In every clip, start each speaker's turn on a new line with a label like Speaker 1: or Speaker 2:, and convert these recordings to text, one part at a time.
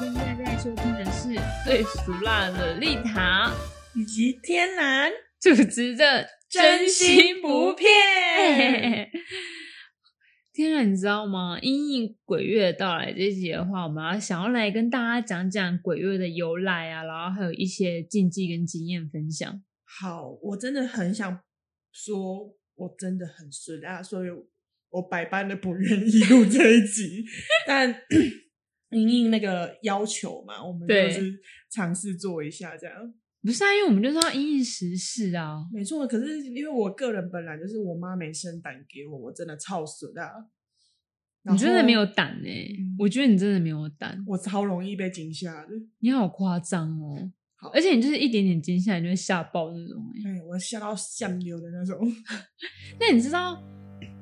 Speaker 1: 收听的是最俗辣的丽塔
Speaker 2: 以及天然，
Speaker 1: 主持的
Speaker 2: 真心不骗。
Speaker 1: 天啊然，你知道吗？因应鬼月的到来，这集的话，我们要想要来跟大家讲讲鬼月的由来啊，然后还有一些禁忌跟经验分享。
Speaker 2: 好，我真的很想说，我真的很顺啊，所以我百般的不愿意录这一 集，但 因应那个要求嘛，我们就
Speaker 1: 对
Speaker 2: 是尝试做一下这样。
Speaker 1: 不是啊，因为我们就是要因应时事啊。
Speaker 2: 没错，可是因为我个人本来就是我妈没生胆给我，我真的超损啊。然
Speaker 1: 你真的
Speaker 2: 后
Speaker 1: 没有胆哎、
Speaker 2: 嗯
Speaker 1: 我觉得你真的没有胆，
Speaker 2: 我超容易被惊吓的。
Speaker 1: 你好夸张哦
Speaker 2: 好！
Speaker 1: 而且你就是一点点惊吓，你就会吓爆那种哎、
Speaker 2: 哎，我吓到像流的那种。
Speaker 1: 那你知道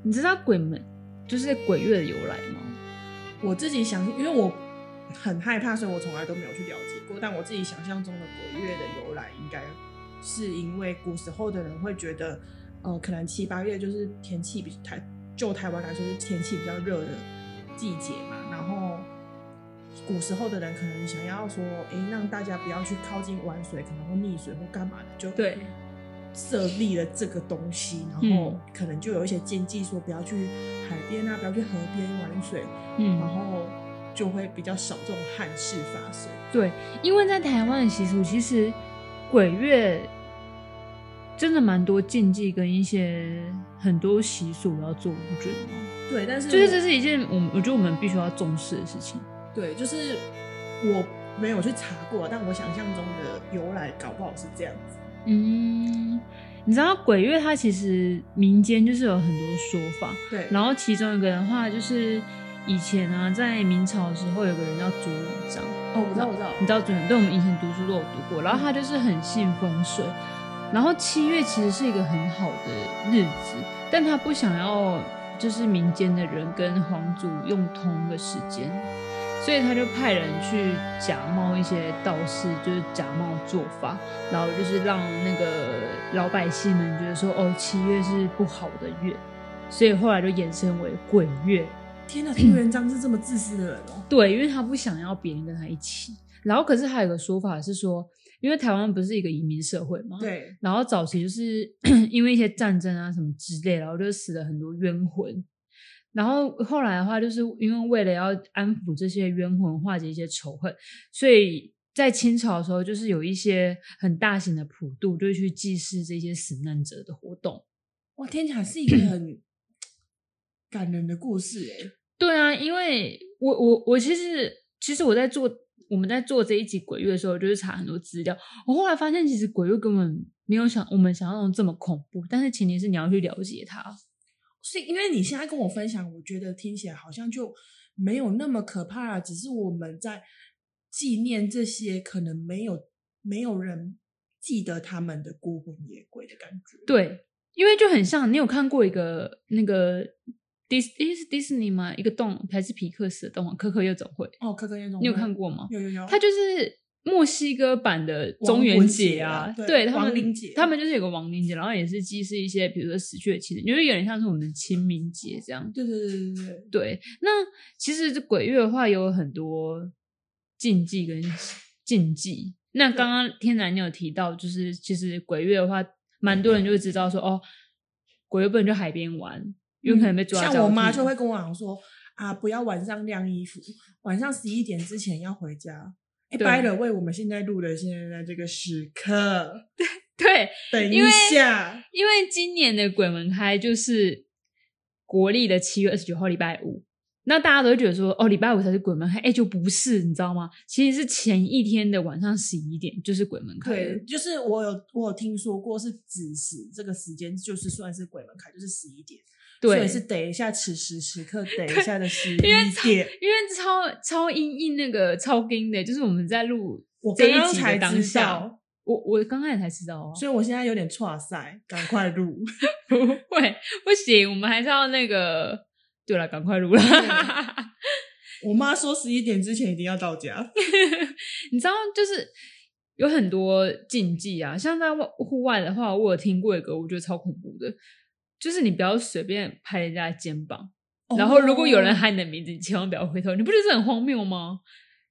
Speaker 1: 你知道鬼门就是鬼月的由来吗？
Speaker 2: 我自己想，因为我很害怕，所以我从来都没有去了解过。但我自己想象中的鬼月的由来，应该是因为古时候的人会觉得，呃，可能七八月就是天气比台就台湾来说是天气比较热的季节嘛，然后。古时候的人可能想要说，诶、让大家不要去靠近玩水，可能会溺水或干嘛的，就
Speaker 1: 对
Speaker 2: 设立了这个东西，然后可能就有一些禁忌，说不要去海边啊，不要去河边玩水，然
Speaker 1: 嗯，
Speaker 2: 后就会比较少这种憾事发生。
Speaker 1: 对，因为在台湾的习俗，其实鬼月真的蛮多禁忌跟一些很多习俗要做，你不觉得吗？
Speaker 2: 对，但是
Speaker 1: 就是这
Speaker 2: 是
Speaker 1: 是一件我们我觉得我们必须要重视的事情。
Speaker 2: 对，就是我没有去查过，但我想象中的由来搞不好是这样子。
Speaker 1: 嗯，你知道鬼月它其实民间就是有很多说法，
Speaker 2: 对，
Speaker 1: 然后其中一个的话就是以前啊，在明朝的时候有个人叫朱元璋，
Speaker 2: 哦，我知道，我知道，
Speaker 1: 你知道朱元对我们以前读书都有读过，然后他就是很信风水，然后七月其实是一个很好的日子，但他不想要就是民间的人跟皇族用同一个时间，所以他就派人去假冒一些道士，就是假冒做法，然后就是让那个老百姓们觉得说，哦，七月是不好的月，所以后来就衍生为鬼月。
Speaker 2: 天哪，朱元璋是这么自私的人哦。
Speaker 1: 对，因为他不想要别人跟他一起。然后，可是还有一个说法是说，因为台湾不是一个移民社会嘛，。
Speaker 2: 对，
Speaker 1: 然后早期就是 因为一些战争啊什么之类，然后就死了很多冤魂。然后后来的话，就是因为为了要安抚这些冤魂，化解一些仇恨，所以在清朝的时候，就是有一些很大型的普渡，就去祭祀这些死难者的活动。
Speaker 2: 哇，天哪，是一个很感人的故事哎。
Speaker 1: 对啊，因为我我我其实其实我在做我们在做这一集鬼月的时候，就是查很多资料，我后来发现其实鬼月根本没有想我们想象中这么恐怖，但是前提是你要去了解它。
Speaker 2: 是因为你现在跟我分享，我觉得听起来好像就没有那么可怕了，只是我们在纪念这些可能没有没有人记得他们的孤魂野鬼的感觉。
Speaker 1: 对，因为就很像你有看过一个那个迪诶是迪士尼吗？一个动还是皮克斯的动画《可可夜总会》，
Speaker 2: 哦，可可夜总
Speaker 1: 你
Speaker 2: 会
Speaker 1: 有看？过吗？
Speaker 2: 有有有，
Speaker 1: 它就是墨西哥版的
Speaker 2: 亡
Speaker 1: 中元
Speaker 2: 魂
Speaker 1: 节
Speaker 2: 节
Speaker 1: 啊
Speaker 2: 啊，对
Speaker 1: 他们
Speaker 2: 亡灵节
Speaker 1: 他们就是有个亡灵节，然后也是祭祀一些，比如说死去的亲人，就是有点像是我们的清明节这样。
Speaker 2: 对对对对对对，
Speaker 1: 对，那其实这鬼月的话有很多禁忌跟禁忌。那刚刚天然你有提到，就是其实鬼月的话，蛮多人就会知道说，哦，鬼月不能去海边玩，因为可能被抓交替。
Speaker 2: 嗯像我妈就会跟我讲说啊，不要晚上晾衣服，晚上十一点之前要回家。哎
Speaker 1: 对啊
Speaker 2: ，by the way，我们现在录的现在这个时刻，
Speaker 1: 对，
Speaker 2: 等一
Speaker 1: 因为
Speaker 2: 下，
Speaker 1: 因为今年的鬼门开就是国历的七月二十九号礼拜五，那大家都会觉得说，哦，礼拜五才是鬼门开，哎，就不是，你知道吗？其实是前一天的晚上十一点就是鬼门开了
Speaker 2: 对，就是我有我有听说过是子时这个时间，就是算是鬼门开，就是十一点，所以是等一下此时此刻，等一下的十一
Speaker 1: 因为
Speaker 2: 点。
Speaker 1: 因为超超音译那个超音的，就是我们在录
Speaker 2: 我
Speaker 1: 这
Speaker 2: 刚
Speaker 1: 一
Speaker 2: 刚
Speaker 1: 集的
Speaker 2: 才
Speaker 1: 当
Speaker 2: 知
Speaker 1: 下，
Speaker 2: 道，
Speaker 1: 我我刚开始才知道哦，
Speaker 2: 所以我现在有点岔赛，赶快录。
Speaker 1: 不 会不行，我们还是要那个，对了，赶快录了。
Speaker 2: 我妈说十一点之前一定要到家。
Speaker 1: 你知道，就是有很多禁忌啊，像在外户外的话，我有听过一个，我觉得超恐怖的，就是你不要随便拍人家的肩膀，然后如果有人
Speaker 2: 哦
Speaker 1: 喊你的名字，你千万不要回头，你不觉得这很荒谬吗？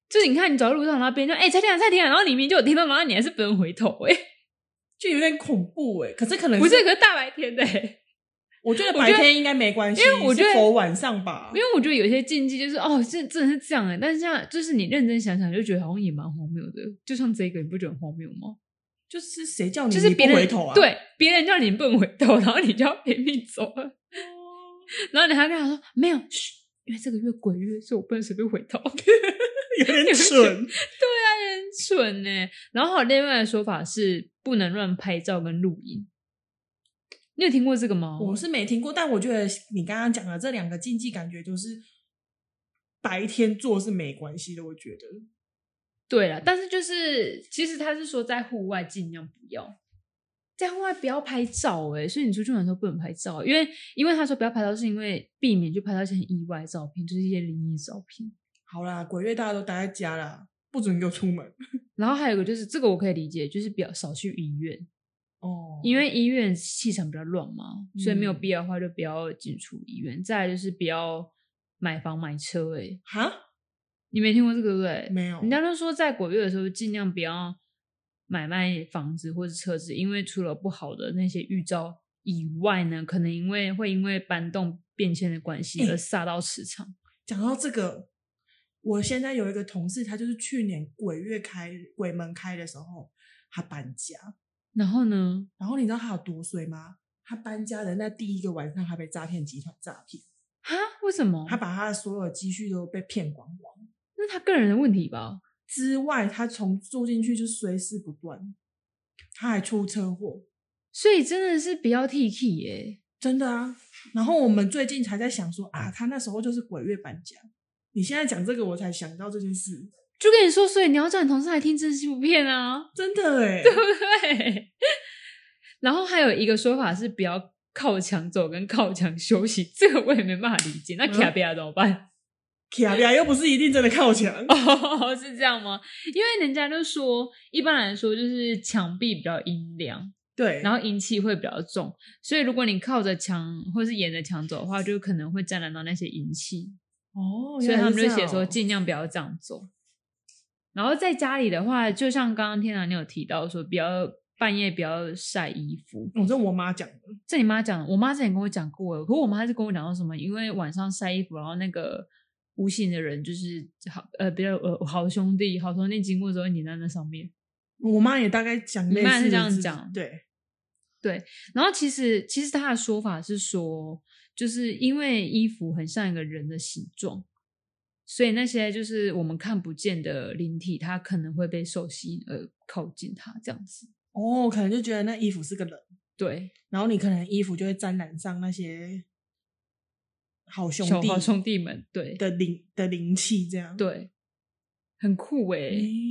Speaker 1: 就是你看你走在路上，然后别人就哎蔡天雅蔡天雅，然后你明明就有听到，然后你还是不用回头哎、
Speaker 2: 就有点恐怖哎、可是 可能
Speaker 1: 不是，可是大白天的、 欸。
Speaker 2: 我觉得
Speaker 1: 我
Speaker 2: 白
Speaker 1: 觉得
Speaker 2: 天应该没关系，
Speaker 1: 因为我觉得
Speaker 2: 是否晚上吧，
Speaker 1: 因为我觉得有些禁忌就是哦，这真的是这样哎、但是像就是你认真想想，就觉得好像也蛮荒谬的。就像这个，你不觉得很荒谬吗？
Speaker 2: 就是谁叫你
Speaker 1: 就是
Speaker 2: 你不
Speaker 1: 别人
Speaker 2: 回头啊？，
Speaker 1: 对，别人叫你不能回头， 然后你就要拼命走了，然后你还跟他说没有，嘘，因为这个月鬼月，所以我不能随便回头。
Speaker 2: 有点蠢。
Speaker 1: 对啊，很蠢呢、然后还有另外的说法是不能乱拍照跟录影。你有听过这个吗？
Speaker 2: 我是没听过，但我觉得你刚刚讲的这两个禁忌，感觉就是白天做是没关系的。我觉得，
Speaker 1: 对了，但是就是其实他是说在户外尽量不要，在户外不要拍照哎、所以你出去玩的时候不能拍照，欸因为因为他说不要拍照，是因为避免去拍到一些很意外的照片，就是一些灵异照片。
Speaker 2: 好啦，鬼月大家都待在家啦，不准给我出门
Speaker 1: 然后还有一个就是这个我可以理解，就是比较少去医院，
Speaker 2: 哦
Speaker 1: 因为医院气场比较乱嘛，所以没有
Speaker 2: 嗯
Speaker 1: 必要的话就不要进出医院。再来就是不要买房买车哎、
Speaker 2: 哈
Speaker 1: 你没听过这个对不对？
Speaker 2: 没有
Speaker 1: 人家都说在鬼月的时候尽量不要买卖房子或者车子，因为除了不好的那些预兆以外呢，可能因为会因为搬动变迁的关系
Speaker 2: 哎
Speaker 1: 而煞到磁场。
Speaker 2: 讲到这个，我现在有一个同事，他就是去年鬼月开鬼门开的时候，他搬家，
Speaker 1: 然后呢，
Speaker 2: 然后你知道他有多衰吗？他搬家的那第一个晚上，他被诈骗集团诈骗，
Speaker 1: 哈，为什么？
Speaker 2: 他把他的所有积蓄都被骗光光。
Speaker 1: 那他个人的问题吧？
Speaker 2: 之外，他从住进去就随事不断，他还出车祸，
Speaker 1: 所以真的是不要欸 T K 耶。
Speaker 2: 真的啊。然后我们最近才在想说啊，他那时候就是鬼月搬家。你现在讲这个，我才想到这件事，
Speaker 1: 就跟你说，所以你要叫你同事来听真西部片啊，
Speaker 2: 真的哎、
Speaker 1: 对不对？然后还有一个说法是不要靠墙走跟靠墙休息，这个我也没办法理解。那
Speaker 2: 嗯
Speaker 1: 卡比亚怎么办？
Speaker 2: 卡比亚又不是一定真的靠墙，
Speaker 1: 哦，是这样吗？因为人家就说，一般来说就是墙壁比较阴凉，
Speaker 2: 对，
Speaker 1: 然
Speaker 2: 后
Speaker 1: 后阴气会比较重，所以如果你靠着墙或是沿着墙走的话，就可能会沾染到那些阴气，
Speaker 2: 哦，
Speaker 1: 所以他们就
Speaker 2: 原来是这
Speaker 1: 写
Speaker 2: 样
Speaker 1: 说
Speaker 2: 哦
Speaker 1: 尽量不要这样走。然后在家里的话，就像刚刚天堂你有提到说，不要半夜不要晒衣服，
Speaker 2: 哦这我妈讲的，
Speaker 1: 这你妈讲的，我妈之前跟我讲过，可我妈是跟我讲到什么，因为晚上晒衣服，然后那个无形的人就是好呃，比较呃好兄弟、好兄弟经过之后，你在那上面。
Speaker 2: 我妈也大概讲类
Speaker 1: 你妈是
Speaker 2: 似的
Speaker 1: 这样
Speaker 2: 事
Speaker 1: 讲
Speaker 2: 对，
Speaker 1: 然后其实其实他的说法是说，就是因为衣服很像一个人的形状，所以那些就是我们看不见的灵体，它可能会被受吸引而靠近它这样子。
Speaker 2: 哦，可能就觉得那衣服是个人，
Speaker 1: 对，
Speaker 2: 然后你可能衣服就会沾染上那些好兄
Speaker 1: 小
Speaker 2: 弟
Speaker 1: 好兄弟们，对
Speaker 2: 的灵的灵气这样，
Speaker 1: 对，很酷诶、
Speaker 2: 嗯诶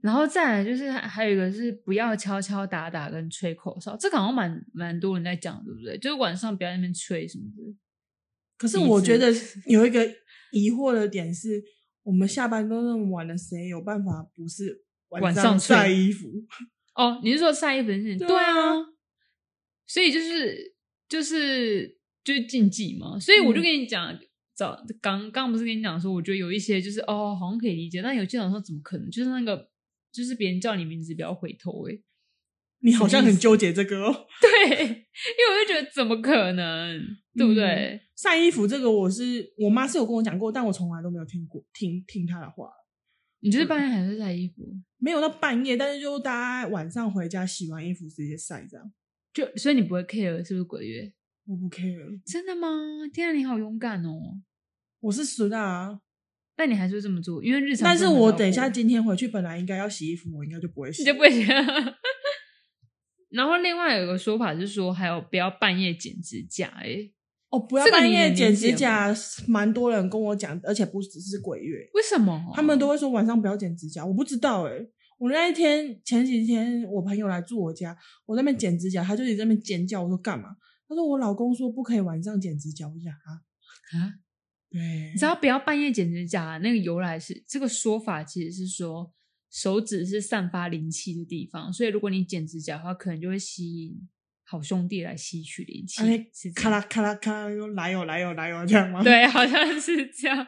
Speaker 1: 然后再来就是还还有一个是不要敲敲打打跟吹口哨，这个好像蛮蛮多人在讲，对不对？就是晚上不要在那边吹什么的。
Speaker 2: 可是
Speaker 1: 鼻
Speaker 2: 我
Speaker 1: 子
Speaker 2: 觉得 有一个疑惑的点是，我们下班都那么晚了，谁有办法不是
Speaker 1: 晚
Speaker 2: 上
Speaker 1: 上吹
Speaker 2: 晒衣服？
Speaker 1: 哦，你是说晒衣服的事情？
Speaker 2: 对
Speaker 1: 对
Speaker 2: 啊
Speaker 1: 啊，所以就是就是就是禁忌嘛。所以我就
Speaker 2: 嗯
Speaker 1: 跟你讲，早刚刚不是跟你讲说，我觉得有一些就是哦，好像可以理解，但有些人说怎么可能？就是那个就是别人叫你名字不要回头、欸，
Speaker 2: 你好像很纠结这个哦。
Speaker 1: 对，因为我就觉得怎么可能，对不对？
Speaker 2: 晒衣服这个，我是我妈是有跟我讲过，但我从来都没有听过听听她的话，
Speaker 1: 你
Speaker 2: 嗯
Speaker 1: 就是半夜还是晒衣服？
Speaker 2: 没有到半夜，但是就大家晚上回家洗完衣服直接晒这样，
Speaker 1: 就所以你不会 care 是不是鬼月？
Speaker 2: 我不 care，
Speaker 1: 真的吗？天啊，你好勇敢哦！
Speaker 2: 我是死的啊。
Speaker 1: 但你还是会这么做，因为日常。
Speaker 2: 但是我等一下，今天回去本来应该要洗衣服，我应该就不会洗
Speaker 1: 你就。不会觉得。然后另外有一个说法是说，还有不要半夜剪指甲、欸，哎，
Speaker 2: 哦，不要
Speaker 1: 这个
Speaker 2: 半
Speaker 1: 你
Speaker 2: 夜
Speaker 1: 能
Speaker 2: 剪
Speaker 1: 理
Speaker 2: 指
Speaker 1: 解
Speaker 2: 甲，蛮多人跟我讲，而且不只是鬼月，
Speaker 1: 为什么？
Speaker 2: 他们都会说晚上不要剪指甲，我不知道哎、我那一天前几天，我朋友来住我家，我在那边剪指甲，他就一直在那边尖叫。我说干嘛？他说我老公说不可以晚上剪指甲。我就想啊，
Speaker 1: 啊，
Speaker 2: 对，
Speaker 1: 你知道不要半夜剪指甲、啊那个由来是这个说法，其实是说手指是散发灵气的地方，所以如果你剪指甲的话，可能就会吸引好兄弟来吸取灵气
Speaker 2: 哎，
Speaker 1: 是这
Speaker 2: 咔
Speaker 1: 样
Speaker 2: 啦咔啦咔啦，又来哦来哦来哦，这样吗？，
Speaker 1: 对，好像是这样。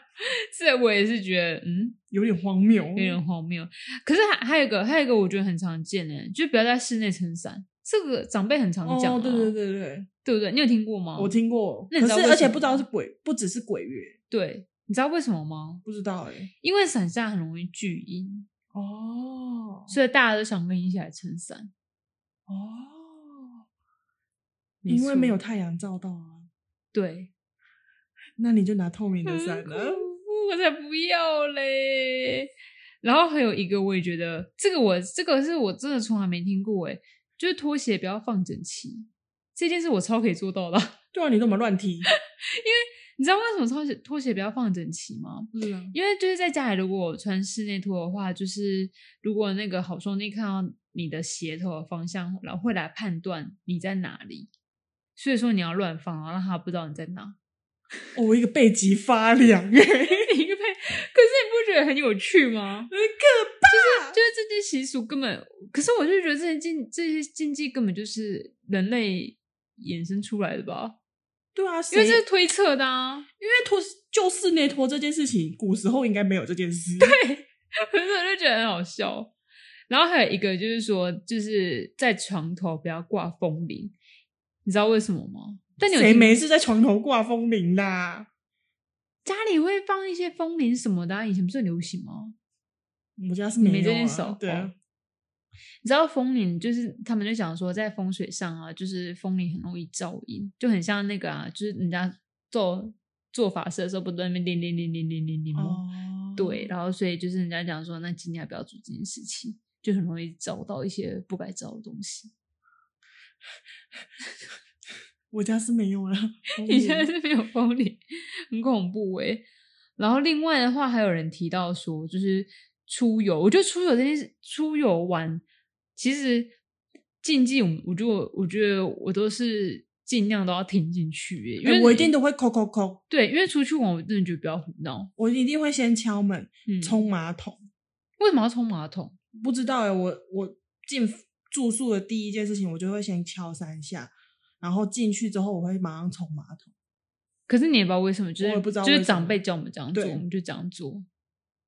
Speaker 1: 这我也是觉得，嗯，
Speaker 2: 有点荒谬，哦
Speaker 1: 有点荒谬。可是还还有一个，还有一个我觉得很常见的，就不要在室内撑伞。这个长辈很常讲、啊
Speaker 2: 哦，对对对对，
Speaker 1: 对不对？你有听过吗？
Speaker 2: 我听过，
Speaker 1: 那你
Speaker 2: 可
Speaker 1: 知道
Speaker 2: 是
Speaker 1: 为
Speaker 2: 而
Speaker 1: 什
Speaker 2: 且
Speaker 1: 么
Speaker 2: 不知道
Speaker 1: 吗
Speaker 2: 是鬼，不只是鬼月，
Speaker 1: 对，你知道为什么吗？
Speaker 2: 不知道哎。
Speaker 1: 因为伞下很容易聚阴，
Speaker 2: 哦
Speaker 1: 所以大家都想跟你一起来撑伞。
Speaker 2: 哦，
Speaker 1: 没
Speaker 2: 因为没
Speaker 1: 错
Speaker 2: 有太阳照到啊，
Speaker 1: 对，
Speaker 2: 那你就拿透明的伞啊
Speaker 1: 很
Speaker 2: 了
Speaker 1: 恐。怖我才不要嘞！然后还有一个，我也觉得这个我这个是我真的从来没听过诶，就是拖鞋不要放整齐，这件事我超可以做到的。
Speaker 2: 对啊，你怎么乱踢？
Speaker 1: 你知道为什么拖鞋拖鞋不要放整齐吗？
Speaker 2: 不知道
Speaker 1: 因为就是在家里，如果穿室内拖的话，就是如果那个好兄弟看到你的鞋头的方向，然后会来判断你在哪里，所以说你要乱放，然后让他不知道你在哪。
Speaker 2: 哦我一个背脊发凉 哎，
Speaker 1: 你配，可是你不觉得很有趣吗？
Speaker 2: 可
Speaker 1: 就是这些习俗根本，可是我就觉得这些禁这些禁忌根本就是人类衍生出来的吧，
Speaker 2: 对啊，
Speaker 1: 因为这
Speaker 2: 谁
Speaker 1: 是推测的啊。
Speaker 2: 因为拖就室内拖这件事情，古时候应该没有这件事。 对，
Speaker 1: 可是我就觉得很好笑。然后还有一个就是说，就是在床头不要挂风铃，你知道为什么吗？但你有
Speaker 2: 谁
Speaker 1: 听
Speaker 2: 没事在床头挂风铃啦？
Speaker 1: 家里会放一些风铃什么的、啊，以前不是很流行吗？
Speaker 2: 我家是
Speaker 1: 你
Speaker 2: 有、啊、
Speaker 1: 没这件手
Speaker 2: 对啊
Speaker 1: 哦，你知道风铃就是他们就讲说，在风水上啊，就是风铃很容易噪音，就很像那个啊，就是人家做做法事的时候，不都在那边铃铃铃铃铃铃铃吗？
Speaker 2: 哦
Speaker 1: 对，然后所以就是人家讲说，那尽量不要做这件事情，就很容易找到一些不该找的东西。
Speaker 2: 嗯我家是没有啦。风
Speaker 1: 你现在
Speaker 2: 铃
Speaker 1: 是没有风铃，很恐怖诶、然后另外的话，还有人提到说，就是出游，我觉得出游这件事，出游玩其实禁忌我们，我就我觉得我都是尽量都要听进去、欸，因
Speaker 2: 哎
Speaker 1: 为、
Speaker 2: 我一定都会扣扣扣，
Speaker 1: 对，因为出去玩，我真的觉得不要胡闹。
Speaker 2: 我一定会先敲门，
Speaker 1: 嗯，
Speaker 2: 冲马桶。
Speaker 1: 为什么要冲马桶？
Speaker 2: 不知道哎、我我进住宿的第一件事情，我就会先敲三下，然后进去之后，我会马上冲马桶。
Speaker 1: 可是你也不知道为什么，就是
Speaker 2: 我也不知道
Speaker 1: 就是
Speaker 2: 为什么
Speaker 1: 长辈叫我们这样做，
Speaker 2: 对
Speaker 1: 我们就这样做。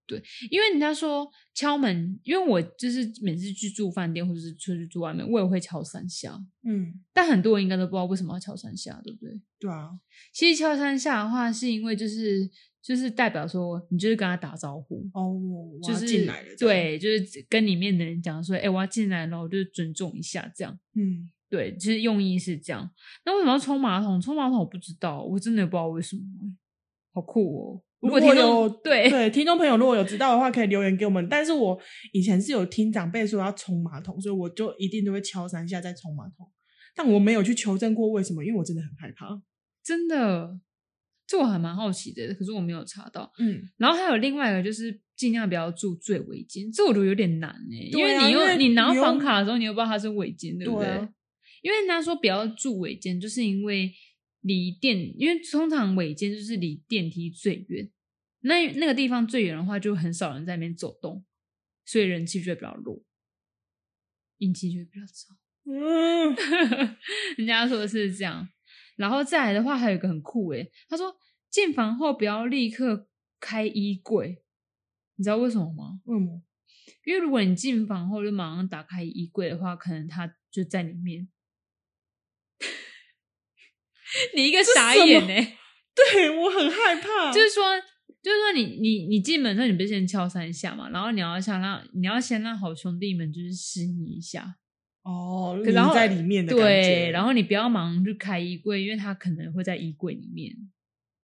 Speaker 1: 对，因为人家说敲门，因为我就是每次去住饭店或者是出去住外面，我也会敲三下。
Speaker 2: 嗯，
Speaker 1: 但很多人应该都不知道为什么要敲三下，对不对？
Speaker 2: 对啊，
Speaker 1: 其实敲三下的话，是因为就是就是代表说你就是跟他打招呼，
Speaker 2: 哦，我我
Speaker 1: 就
Speaker 2: 要
Speaker 1: 是
Speaker 2: 进来了，这样，
Speaker 1: 对，就是跟里面的人讲说，哎、我要进来了，我就尊重一下这样。
Speaker 2: 嗯，
Speaker 1: 对，就是用意是这样。那为什么要冲马桶？冲马桶我不知道，我真的也不知道为什么、欸好酷哦！如果听
Speaker 2: 有
Speaker 1: 众 对
Speaker 2: 对听众朋友如果有知道的话，可以留言给我们。但是我以前是有听长辈说要冲马桶，所以我就一定都会敲三下再冲马桶，但我没有去求证过为什么，因为我真的很害怕。
Speaker 1: 真的，这我还蛮好奇的，可是我没有查到。
Speaker 2: 嗯，
Speaker 1: 然后还有另外一个就是尽量不要住最尾间，这我觉得有点难哎、
Speaker 2: 对
Speaker 1: 因为
Speaker 2: 啊
Speaker 1: 你
Speaker 2: 因
Speaker 1: 又
Speaker 2: 为
Speaker 1: 你拿到
Speaker 2: 你又
Speaker 1: 房卡的时候，你又不知道它是尾间，对不
Speaker 2: 对
Speaker 1: 对？
Speaker 2: 啊
Speaker 1: 因为人家说不要住尾间，就是因为离电，因为通常尾间就是离电梯最远，那那个地方最远的话，就很少人在那边走动，所以人气就会比较弱，阴气就会比较糟。
Speaker 2: 嗯，
Speaker 1: 人家说的是这样。然后再来的话，还有一个很酷诶、他说进房后不要立刻开衣柜，你知道为什么吗？
Speaker 2: 为 什么？
Speaker 1: 因为如果你进房后就马上打开衣柜的话，可能他就在里面。 你一个傻眼呢、
Speaker 2: 对我很害 怕，
Speaker 1: 就是说，就是说你你你进门的时候，你不是先敲三下嘛，然后你要想让你要先让好兄弟们就是示意一下，
Speaker 2: 哦，
Speaker 1: 可然后
Speaker 2: 你在里面的感
Speaker 1: 对，
Speaker 2: 觉，
Speaker 1: 然后你不要忙着去开衣柜，因为他可能会在衣柜里面，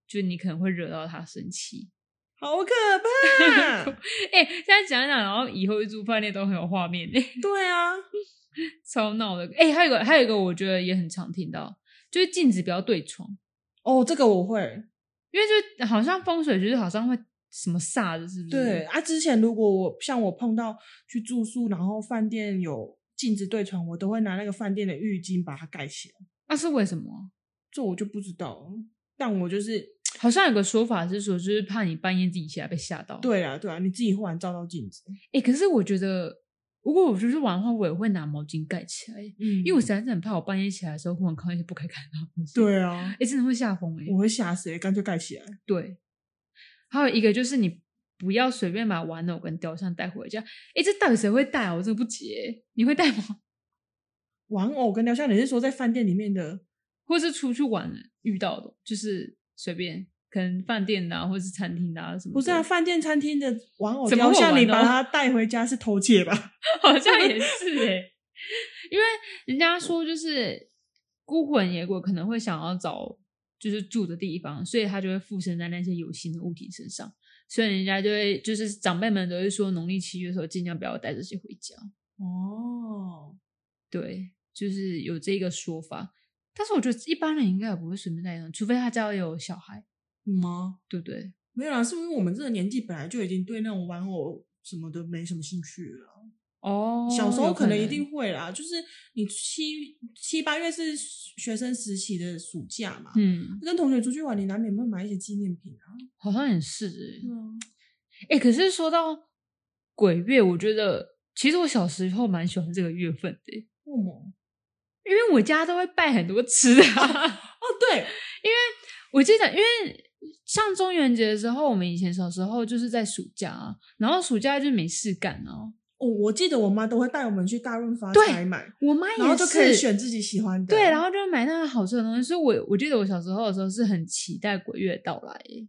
Speaker 1: 就你可能会惹到他生气。
Speaker 2: 好可怕。
Speaker 1: 哎、现在讲一讲，然后以后住饭店都很有画面呢、
Speaker 2: 对啊，
Speaker 1: 超闹的。哎、还有一个，还有一个，我觉得也很常听到，就是镜子不要对床，
Speaker 2: 哦，这个我会。
Speaker 1: 因为就好像风水就是好像会什么煞的，是不是？
Speaker 2: 对啊，之前如果我像我碰到去住宿，然后饭店有镜子对床，我都会拿那个饭店的浴巾把它盖起来。
Speaker 1: 那、是为什么？
Speaker 2: 这我就不知道了，但我就是
Speaker 1: 好像有个说法是说，就是怕你半夜自己起来被吓到。
Speaker 2: 对啦，对啊，你自己忽然照到镜子，
Speaker 1: 哎、可是我觉得，如果我出去玩的话，我也会拿毛巾盖起来，
Speaker 2: 嗯，
Speaker 1: 因为我实在是很怕我半夜起来的时候忽然看到一些不该看到的东西。，
Speaker 2: 对啊
Speaker 1: 哎、，真的会吓疯哎。
Speaker 2: 我会吓死、欸，干脆盖起来。
Speaker 1: 对，还有一个就是你不要随便把玩偶跟雕像带回家。哎，这到底谁会带啊？我真的不解，你会带吗？
Speaker 2: 玩偶跟雕像，你是说在饭店里面的？
Speaker 1: 或是出去玩遇到的，就是随便，可能饭店的、啊、或是餐厅的、啊、什么的。
Speaker 2: 不是啊，饭店餐厅的玩偶
Speaker 1: 怎么
Speaker 2: 雕
Speaker 1: 会有
Speaker 2: 像，
Speaker 1: 玩哦
Speaker 2: 你把
Speaker 1: 偶
Speaker 2: 它带回家是偷窃 吧？
Speaker 1: 好像也 是哎、因为人家说就是孤魂野鬼可能会想要找就是住的地方，所以他就会附身在那些有形的物体身上，所以人家就会就是长辈们都会说农历七月的时候尽量不要带这些回家，
Speaker 2: 哦，
Speaker 1: 对，就是有这个说法。但是我觉得一般人应该也不会随便带那除非他家里有小孩，嗯
Speaker 2: 吗？
Speaker 1: 对不对？
Speaker 2: 没有啦，是因为我们这个年纪本来就已经对那种玩偶什么的没什么兴趣了。
Speaker 1: 哦
Speaker 2: 小时候
Speaker 1: 有
Speaker 2: 可
Speaker 1: 可
Speaker 2: 能一定会啦，就是你七七八月是学生时期的暑假嘛，
Speaker 1: 嗯，
Speaker 2: 跟同学出去玩，你难免会买一些纪念品啊。
Speaker 1: 好像也是哎、
Speaker 2: 嗯，
Speaker 1: 哎、可是说到鬼月，我觉得其实我小时候蛮喜欢这个月份的欸、
Speaker 2: 为什么？
Speaker 1: 因为我家都会拜很多吃的啊、
Speaker 2: 哦，对，
Speaker 1: 我记得，因为像中元节的时候，我们以前小时候就是在暑假啊，然后暑假就没事干哦、
Speaker 2: 哦，我记得我妈都会带我们去大润发
Speaker 1: 对
Speaker 2: 采买，
Speaker 1: 我妈
Speaker 2: 然后
Speaker 1: 也
Speaker 2: 就可以
Speaker 1: 是
Speaker 2: 选自己喜欢的。
Speaker 1: 对，然后就买那个好吃的东西。所以我我记得我小时候的时候是很期待鬼月的到来欸、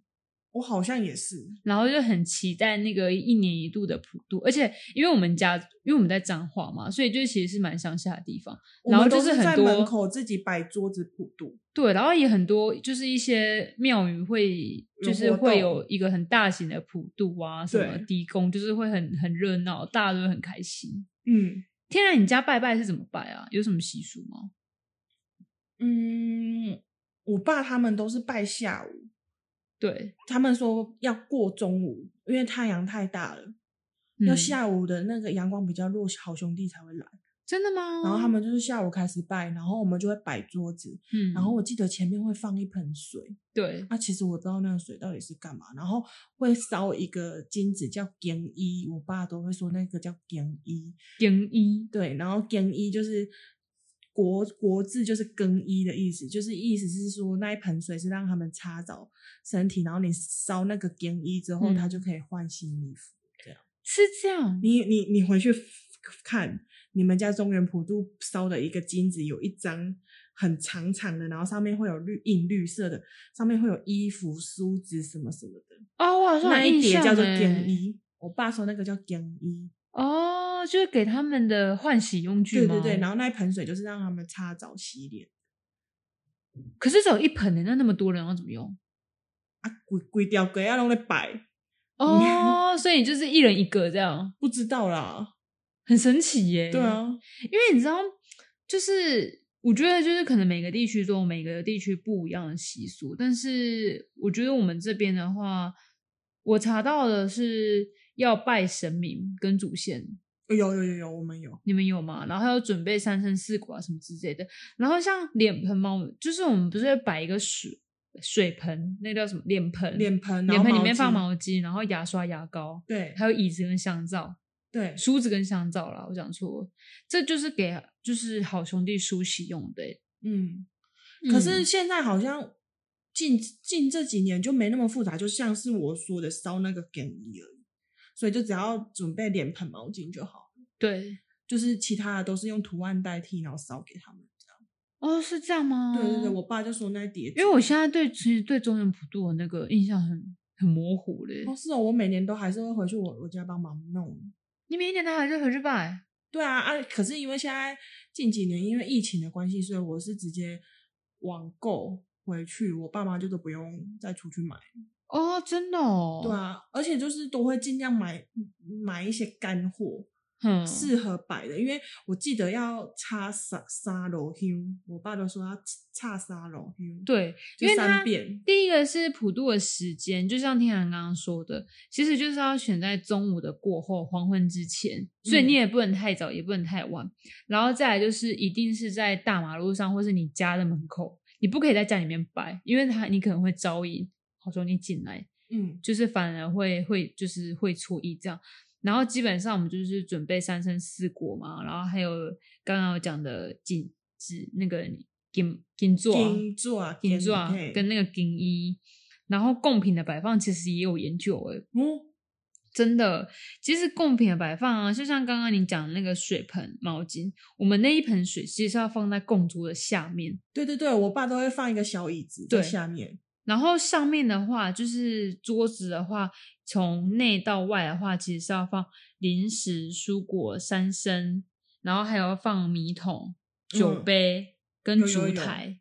Speaker 2: 我好像也是，
Speaker 1: 然后就很期待那个一年一度的普渡，而且因为我们家因为我们在彰化嘛，所以就其实是蛮乡下的地方。
Speaker 2: 我
Speaker 1: 然
Speaker 2: 们
Speaker 1: 后
Speaker 2: 都
Speaker 1: 就是很
Speaker 2: 在
Speaker 1: 多
Speaker 2: 门口自己摆桌子普渡。
Speaker 1: 对，然后也很多，就是一些庙宇会，
Speaker 2: 有
Speaker 1: 就是
Speaker 2: 活
Speaker 1: 会
Speaker 2: 动
Speaker 1: 有一个很大型的普渡啊，什么
Speaker 2: 对
Speaker 1: 地宫，就是会很很热闹，大家都会很开心。
Speaker 2: 嗯
Speaker 1: 天然，你家拜拜是怎么拜啊？有什么习俗吗？
Speaker 2: 嗯，我爸他们都是拜下午，
Speaker 1: 对，
Speaker 2: 他们说要过中午，因为太阳太大了。
Speaker 1: 嗯
Speaker 2: 要下午的那个阳光比较弱，好兄弟才会来。
Speaker 1: 真的吗？
Speaker 2: 然后他，们就是下午开始拜，然后我们就会摆桌子，
Speaker 1: 嗯，
Speaker 2: 然后我记得前面会放一盆水，
Speaker 1: 对，
Speaker 2: 啊，其实我不知道那个水到底是干嘛，然后会烧一个金子叫根衣，我爸都会说那个叫根衣，
Speaker 1: 更衣，
Speaker 2: 对，然后更衣就是国国字就是更衣的意思，就是意思是说那一盆水是让他们擦澡身体，然后你烧那个更衣之后，
Speaker 1: 嗯
Speaker 2: 他就可以换新衣服。
Speaker 1: 是这样，
Speaker 2: 你你你回去看你们家中原普渡烧的一个金子，有一张很长长的，然后上面会有绿印绿色的，上面会有衣服、梳子什么什么的，
Speaker 1: 哦，我好像
Speaker 2: 那
Speaker 1: 有
Speaker 2: 一
Speaker 1: 印
Speaker 2: 叠
Speaker 1: 象
Speaker 2: 叫做
Speaker 1: 欸
Speaker 2: 更衣。我爸说那个叫更衣，
Speaker 1: 哦，就是给他们的换洗用具
Speaker 2: 对
Speaker 1: 吗？
Speaker 2: 对对，然后那一盆水就是让他们擦澡洗脸。
Speaker 1: 可是只有一盆欸的，那那么多人要怎么 用？
Speaker 2: 啊，规规条街啊拢咧摆，
Speaker 1: 哦，所以你就是一人一个这样，
Speaker 2: 不知道啦。
Speaker 1: 很神奇耶。
Speaker 2: 对，啊，
Speaker 1: 因为你知道，就是我觉得就是可能每个地区都有每个地区不一样的习俗，但是我觉得我们这边的话，我查到的是要拜神明跟祖先，
Speaker 2: 有有有有，我们有。
Speaker 1: 你们有吗？然后还有准备三生四果啊什么之类的。然后像脸盆嘛，就是我们不是会摆一个水水盆，那叫什么脸盆？
Speaker 2: 脸盆，
Speaker 1: 嗯
Speaker 2: 然
Speaker 1: 脸
Speaker 2: 后
Speaker 1: 盆里面
Speaker 2: 巾
Speaker 1: 放毛巾，然后牙刷、牙膏，
Speaker 2: 对
Speaker 1: 还有椅子跟香皂。
Speaker 2: 对，
Speaker 1: 梳子跟香皂啦，我讲错了，这就是给就是好兄弟梳洗用的欸、
Speaker 2: 嗯。可是
Speaker 1: 嗯
Speaker 2: 现在好像近近这几年就没那么复杂，就像是我说的烧那个梗衣而已，所以就只要准备脸盆、毛巾就好，
Speaker 1: 对
Speaker 2: 就是其他的都是用图案代替，然后烧给他们。
Speaker 1: 哦，是这样吗？
Speaker 2: 对对对，我爸就说那一叠纸，
Speaker 1: 哦因为我现在对其实对中原普渡的那个印象很很模糊嘞、
Speaker 2: 哦是哦，我每年都还是会回去我我家帮忙弄。
Speaker 1: 你每一年都还是回去拜
Speaker 2: 对啊啊！可是因为现在近几年因为疫情的关系，所以我是直接网购回去，我爸妈就都不用再出去买。
Speaker 1: 哦，真的哦，
Speaker 2: 对，啊，而且就是都会尽量买买一些干货，
Speaker 1: 嗯，
Speaker 2: 适合摆的，因为我记得要擦沙沙罗香，我爸都说要擦沙罗香，，
Speaker 1: 对，
Speaker 2: 就
Speaker 1: 因为
Speaker 2: 三
Speaker 1: 它
Speaker 2: 遍，
Speaker 1: 第一个是普渡的时间，就像天然刚刚说的，其实就是要选在中午的过后、黄昏之前，所以
Speaker 2: 嗯
Speaker 1: 你也不能太早，也不能太晚。然后再来就是，一定是在大马路上或是你家的门口，你不可以在家里面摆，因为它你可能会招引好兄弟进来，
Speaker 2: 嗯
Speaker 1: 就是反而会会就是会错意这样。然后基本上我们就是准备三生四果嘛，然后还有刚刚有讲的锦纸那个锦锦座啊
Speaker 2: 金座啊，
Speaker 1: 锦座啊
Speaker 2: 嘿
Speaker 1: 跟那个锦衣，然后贡品的摆放其实也有研究诶、
Speaker 2: 哦，
Speaker 1: 真的，其实贡品的摆放啊，就像刚刚你讲的那个水盆、毛巾，我们那一盆水其实是要放在供桌的下面，
Speaker 2: 对对对，我爸都会放一个小椅子
Speaker 1: 对
Speaker 2: 在下面，
Speaker 1: 然后上面的话就是桌子的话，从内到外的话，其实是要放零食、蔬果、三牲，然后还有放米桶、酒
Speaker 2: 嗯
Speaker 1: 杯跟
Speaker 2: 有有
Speaker 1: 烛
Speaker 2: 有
Speaker 1: 台，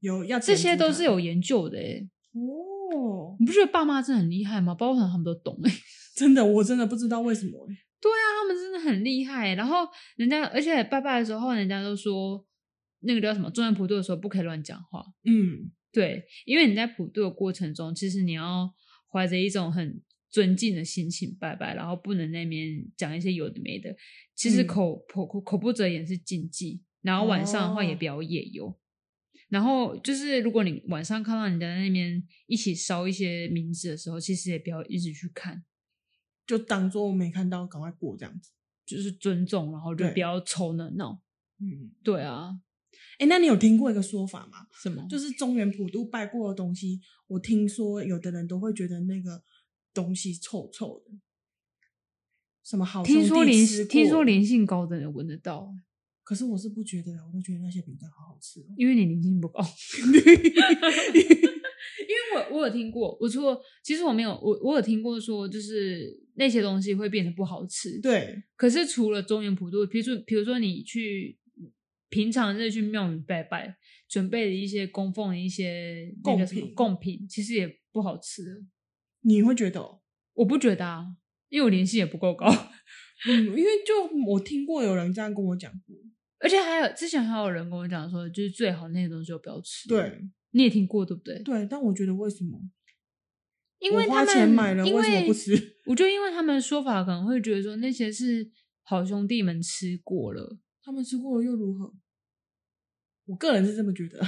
Speaker 2: 有要
Speaker 1: 这些
Speaker 2: 整
Speaker 1: 都
Speaker 2: 烛
Speaker 1: 是
Speaker 2: 台
Speaker 1: 有研究的诶。
Speaker 2: 哦，
Speaker 1: 你不觉得爸妈真的很厉害吗？包括他们都懂诶。
Speaker 2: 真的，我真的不知道为什么欸、
Speaker 1: 他们真的很厉害。然后人家，而且拜拜的时候，人家都说那个叫什么中原普渡的时候不可以乱讲话。
Speaker 2: 嗯，
Speaker 1: 对，因为你在普渡的过程中，其实你要怀着一种很尊敬的心情拜拜，然后不能那边讲一些有的没的。其实
Speaker 2: 嗯
Speaker 1: 口、口口口不择言是禁忌，然后晚上的话也
Speaker 2: 哦
Speaker 1: 不要夜游。然后就是，如果你晚上看到人家在那边一起烧一些名字的时候，其实也不要一直去看，
Speaker 2: 就当做我没看到，赶快过这样子。
Speaker 1: 就是尊重，然后就
Speaker 2: 对
Speaker 1: 不要凑热闹。
Speaker 2: 嗯，
Speaker 1: 对啊，
Speaker 2: 哎、那你有听过一个说法吗？
Speaker 1: 什么？
Speaker 2: 就是中原普渡拜过的东西，我听说有的人都会觉得那个东西臭臭的，什么好兄
Speaker 1: 听说
Speaker 2: 弟
Speaker 1: 灵
Speaker 2: 吃过
Speaker 1: 听说灵性高的人闻得到，
Speaker 2: 可是我是不觉得的，我都觉得那些饼干好好吃哦。
Speaker 1: 因为你灵性不高。因为我我有听过，我除了其实我没有我我有听过说，就是那些东西会变得不好吃。，
Speaker 2: 对，
Speaker 1: 可是除了中原普渡，比如说比如说你去平常日去庙宇拜拜，准备的一些供奉的一些那个什么
Speaker 2: 贡品
Speaker 1: 贡品，其实也不好吃了。
Speaker 2: 你会觉得、哦，
Speaker 1: 我不觉得啊，因为我灵性也不够高。
Speaker 2: 嗯，因为就我听过有人这样跟我讲过，
Speaker 1: 而且还有之前还有人跟我讲说，就是最好那些东西就不要吃。，
Speaker 2: 对
Speaker 1: 你也听过对不对？
Speaker 2: 对，但我觉得为什么
Speaker 1: 因为
Speaker 2: 我
Speaker 1: 他
Speaker 2: 花
Speaker 1: 们
Speaker 2: 钱买了
Speaker 1: 因
Speaker 2: 为什么不吃？
Speaker 1: 我就因为他们的说法可能会觉得说那些是好兄弟们吃过了，
Speaker 2: 他们吃过了又如何？我个人是这么觉得。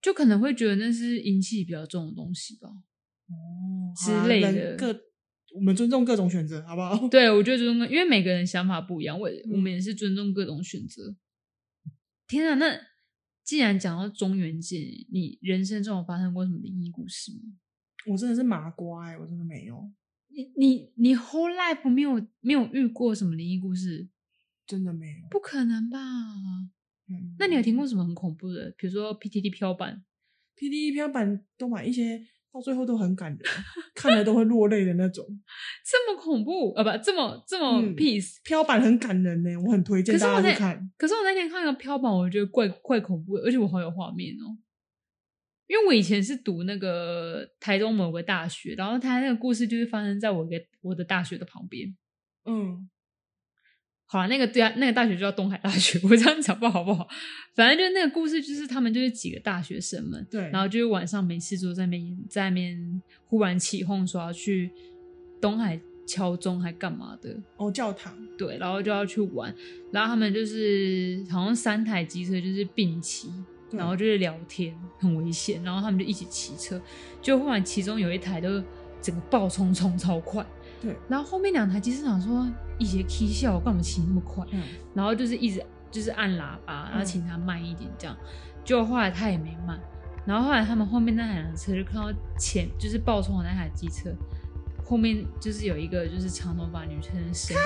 Speaker 1: 就可能会觉得那是阴气比较重的东西吧。
Speaker 2: 哦
Speaker 1: 之类的
Speaker 2: 各我们尊重各种选择，好不好？
Speaker 1: 对，我觉得尊重，因为每个人想法不一样，我也我
Speaker 2: 嗯
Speaker 1: 们也是尊重各种选择。天啊，那既然讲到中元节，你人生中有发生过什么灵异故事吗？
Speaker 2: 我真的是麻瓜哎、我真的没有，
Speaker 1: 你你你 whole life 没有没有遇过什么灵异故事？
Speaker 2: 真的没有。
Speaker 1: 不可能吧？
Speaker 2: 嗯
Speaker 1: 那你有听过什么很恐怖的？比如说 PTT 飘版，
Speaker 2: P D E 票版都买一些，到最后都很感人，看了都会落泪的那种。
Speaker 1: 这么恐怖啊？不，这么这么
Speaker 2: 嗯
Speaker 1: peace。
Speaker 2: 飘版很感人呢、我很推荐
Speaker 1: 可是
Speaker 2: 大
Speaker 1: 我
Speaker 2: 家
Speaker 1: 那
Speaker 2: 去看。
Speaker 1: 可是我那天看一个飘版，我觉得怪怪恐怖的，而且我好有画面哦。因为我以前是读那个台中某个大学，然后他那个故事就是发生在我一个我的大学的旁边。
Speaker 2: 嗯，
Speaker 1: 好了，那个对啊，那个大学就叫东海大学， 我这样讲不好不好？反正就是那个故事，就是他们就是几个大学生们，
Speaker 2: 对。
Speaker 1: 然后就是晚上没事做，在那边在那边忽然起哄说要去东海敲钟还干嘛的，
Speaker 2: 哦，教堂，
Speaker 1: 对，然后就要去玩，然后他们就是好像三台机车就是并骑，
Speaker 2: 对
Speaker 1: 然后就是聊天很危险，然后他们就一起骑车，就忽然其中有一台就整个爆冲冲超快，
Speaker 2: 对，
Speaker 1: 然后后面两台机车想说一些 K 笑，干嘛骑那么快？
Speaker 2: 嗯，
Speaker 1: 然后就是一直就是按喇叭，然后请他慢一点这样，结果后来他也没慢，然后后来他们后面那台辆车就看到前就是爆冲的那台机车后面就是有一个就是长头发女生的身影，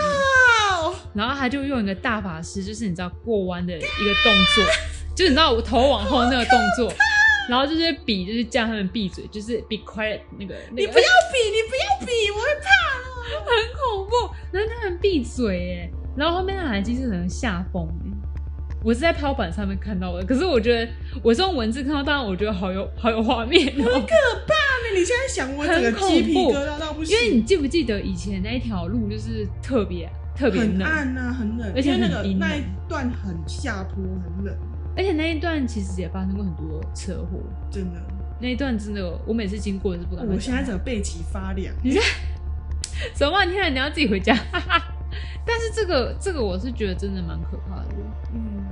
Speaker 2: 哦，
Speaker 1: 然后他就用一个大法师，就是你知道过弯的一个动 作，就是你知道我头往后那个动作。然后就是比，就是叫他们闭嘴，就是 be quiet 那个。那个
Speaker 2: 你不要比，你不要比，我会怕。
Speaker 1: 很恐怖。然后他们闭嘴耶，然后后面那台机是整个吓疯耶。我是在飘板上面看到的，可是我觉得我这种文字看到，当然我觉得好有好有画面哦、
Speaker 2: 那你现在想我整个
Speaker 1: 很恐
Speaker 2: 鸡皮
Speaker 1: 怖
Speaker 2: 疙瘩到不
Speaker 1: 因
Speaker 2: 行，
Speaker 1: 为你记不记得以前那一条路就是特别特别
Speaker 2: 很
Speaker 1: 冷，
Speaker 2: 暗啊，很冷，
Speaker 1: 而且
Speaker 2: 因为那
Speaker 1: 很
Speaker 2: 个
Speaker 1: 阴啊
Speaker 2: 那
Speaker 1: 冷
Speaker 2: 一段很下坡，很冷，
Speaker 1: 而且那一段其实也发生过很多车祸。
Speaker 2: 真的。
Speaker 1: 那一段真的，我每次经过也是不敢乱
Speaker 2: 我
Speaker 1: 讲
Speaker 2: 现
Speaker 1: 话。
Speaker 2: 在 整个背脊发凉。
Speaker 1: 走半天了，你要自己回家。 但是这个这个我是觉得真的蛮可怕的。
Speaker 2: 嗯，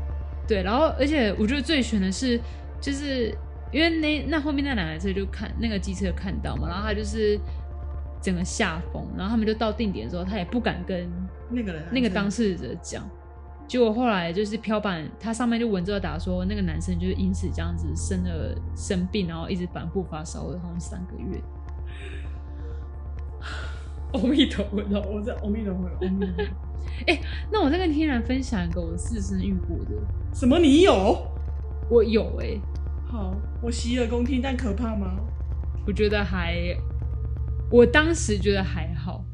Speaker 1: 对，然后而且我觉得最悬的是，就是因为那那后面那两台车就看那个机车看到嘛，然后他就是整个吓疯，然后他们就到定点之后，他也不敢跟
Speaker 2: 那个人
Speaker 1: 那个当事者讲。结果后来就是飘板，它上面就文字有打说，那个男生就是因此这样子生了生病，然后一直反复发烧，好像三个月。阿弥陀佛，
Speaker 2: 有，哦我在阿弥陀佛，阿弥陀佛，
Speaker 1: 那我再跟天然分享一个我自身遇过的，
Speaker 2: 什么你有？
Speaker 1: 我有哎、
Speaker 2: 好，我洗耳恭听，但可怕吗？
Speaker 1: 我觉得还，我当时觉得还好，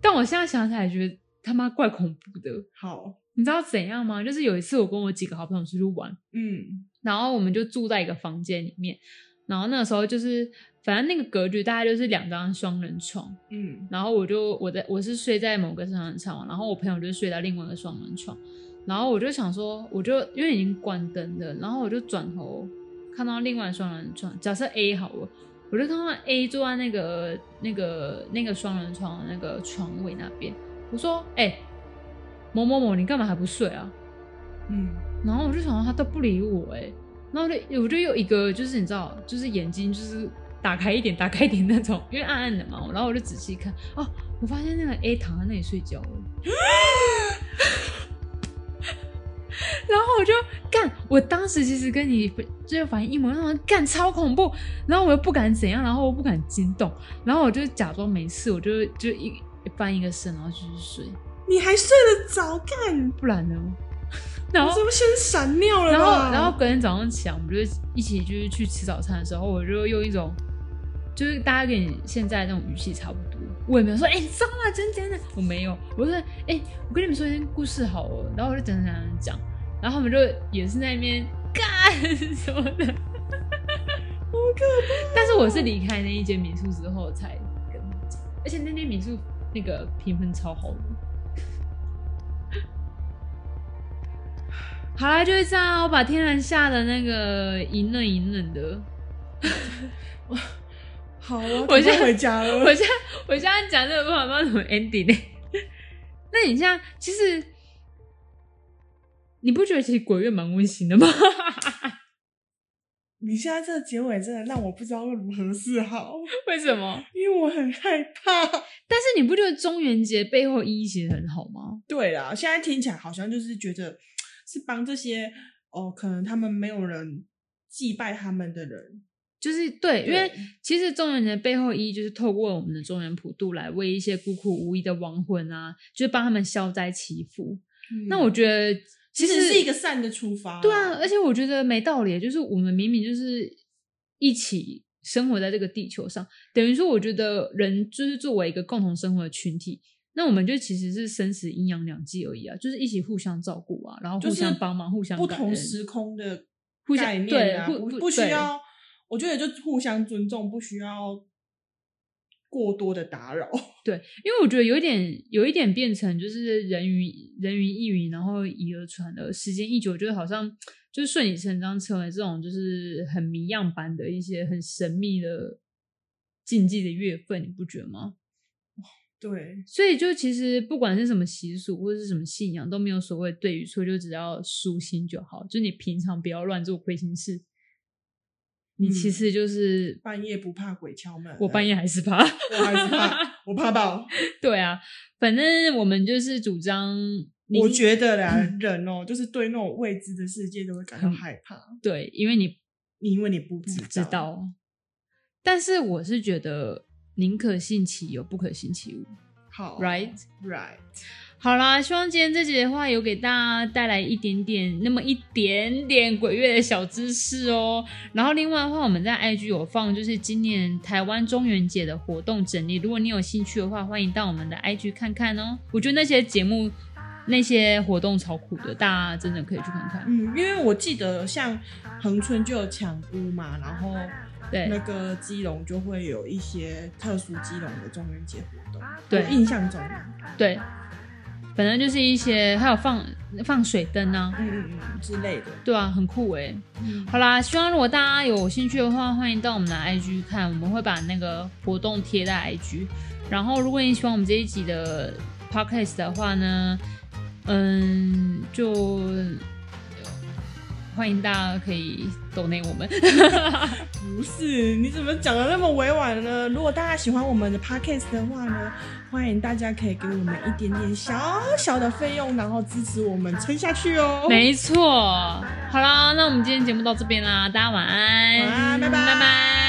Speaker 1: 但我现在想起来觉得他妈怪恐怖的。
Speaker 2: 好，
Speaker 1: 你知道怎样吗？就是有一次我跟我几个好朋友出去玩，
Speaker 2: 嗯，
Speaker 1: 然后我们就住在一个房间里面，然后那个时候就是反正那个格局大概就是两张双人床，
Speaker 2: 嗯，
Speaker 1: 然后我就我在我是睡在某个双人床，然后我朋友就睡在另外一个双人床，然后我就想说，我就因为已经关灯了，然后我就转头看到另外双人床，假设 A 好了，我就看到 A 坐在那个那个那个双人床的那个床尾那边，我说，哎、某某某，你干嘛还不睡啊？
Speaker 2: 嗯，
Speaker 1: 然后我就想到他都不理我哎、然后我就我就有一个就是你知道，就是眼睛就是打开一点，打开一点那种，因为暗暗的嘛。然后我就仔细看，哦，我发现那个 A 躺在那里睡觉了。 然后我就干，我当时其实跟你就是反应一模一样，干超恐怖。然后我又不敢怎样，然后我不敢惊动，然后我就假装没事，我就就一翻一个身，然后继续睡，
Speaker 2: 你还睡得着？干，
Speaker 1: 不然呢？ 然后
Speaker 2: 我是不是先闪尿了吧？
Speaker 1: 然后，然后隔天早上起来，我们就一起就是去吃早餐的时候，我就用一种就是大家跟你现在那种语气差不多，我也没有说哎，脏、啊，真真的，我没有，我就说哎、我跟你们说一件故事好了，然后我就讲讲讲讲，然后他们就也是在那边干什么的，
Speaker 2: 好可怕，哦
Speaker 1: 但是我是离开那一间民宿之后才跟他讲，而且那间民宿那个评分超好的。好啦，就是这样啊，我把天然吓的那个隐冷隐冷的。
Speaker 2: 好，我要
Speaker 1: 我
Speaker 2: 赶
Speaker 1: 现
Speaker 2: 快
Speaker 1: 在
Speaker 2: 回家了。
Speaker 1: 我现在我现在讲这个不法不知道怎么 ending 呢、 那你像其实，你不觉得其实鬼月蛮温馨的吗？
Speaker 2: 你现在这个结尾真的让我不知道如何是好，
Speaker 1: 为什么？
Speaker 2: 因为我很害怕。
Speaker 1: 但是你不觉得中元节背后意义其实很好吗？
Speaker 2: 对啦，现在听起来好像就是觉得是帮这些哦，可能他们没有人祭拜他们的人，
Speaker 1: 就是对，因为
Speaker 2: 对
Speaker 1: 其实中元节背后意义就是透过我们的中元普渡来为一些孤苦无依的亡魂啊，就是帮他们消灾祈福。那我
Speaker 2: 得
Speaker 1: 觉得其
Speaker 2: 其实
Speaker 1: 实
Speaker 2: 是一个善的出发，
Speaker 1: 对啊，而且我觉得没道理，就是我们明明就是一起生活在这个地球上，等于说，我觉得人就是作为一个共同生活的群体，那我们就其实是生死阴阳两界而已啊，就是一起互相照顾啊，然后
Speaker 2: 就
Speaker 1: 互
Speaker 2: 是
Speaker 1: 相帮忙，互相
Speaker 2: 不
Speaker 1: 感
Speaker 2: 同
Speaker 1: 恩
Speaker 2: 时空的
Speaker 1: 互相
Speaker 2: 概念啊，
Speaker 1: 对
Speaker 2: 不
Speaker 1: 互
Speaker 2: 不需
Speaker 1: 对
Speaker 2: 要，我觉得就互相尊重，不需要过多的打扰。
Speaker 1: 对，因为我觉得有一点有一点变成就是人云人云亦云，然后以讹传讹，时间一久，就好像就是顺理成章成为这种就是很迷样般的一些很神秘的禁忌的月份，你不觉得吗？
Speaker 2: 对，
Speaker 1: 所以就其实不管是什么习俗或者是什么信仰，都没有所谓对与错，就只要舒心就好。就你平常不要乱做亏心事，你其
Speaker 2: 嗯
Speaker 1: 实就是、
Speaker 2: 半夜不怕鬼敲门，
Speaker 1: 我半夜还是怕。
Speaker 2: 我还是怕，我怕爆。
Speaker 1: 对啊，反正我们就是主张你，嗯
Speaker 2: 我觉得啦，人哦、就是对那种未知的世界都会感到
Speaker 1: 很
Speaker 2: 害怕。
Speaker 1: 对，因为你
Speaker 2: 因为你不知
Speaker 1: 嗯不知道。但是我是觉得宁可信其有，不可信其无
Speaker 2: 好
Speaker 1: ，right？
Speaker 2: right，
Speaker 1: 好啦，希望今天这集的话有给大家带来一点点，那么一点点鬼月的小知识哦。然后另外的话，我们在 IG 有放就是今年台湾中元节的活动整理，如果你有兴趣的话，欢迎到我们的 IG 看看哦。我觉得那些节目、那些活动超酷的，大家真的可以去看看。
Speaker 2: 嗯，因为我记得像恒春就有抢屋嘛，然后
Speaker 1: 对
Speaker 2: 那个基隆就会有一些特殊基隆的中元节活动，
Speaker 1: 对
Speaker 2: 我印象中啊，
Speaker 1: 对，反正就是一些还有放放水灯呢、啊，
Speaker 2: 嗯嗯嗯之类的，
Speaker 1: 对啊，很酷诶、
Speaker 2: 嗯，
Speaker 1: 好啦，希望如果大家有兴趣的话，欢迎到我们的 IG 看，我们会把那个活动贴在 IG。然后，如果你喜欢我们这一集的 Podcast 的话呢，嗯，就欢迎大家可以抖内我们。
Speaker 2: 不是，你怎么讲的那么委婉呢？如果大家喜欢我们的 podcast 的话呢，欢迎大家可以给我们一点点小小的费用，然后支持我们撑下去哦。
Speaker 1: 没错，好啦，那我们今天节目到这边啦，大家晚安，
Speaker 2: 晚安拜拜
Speaker 1: 拜拜。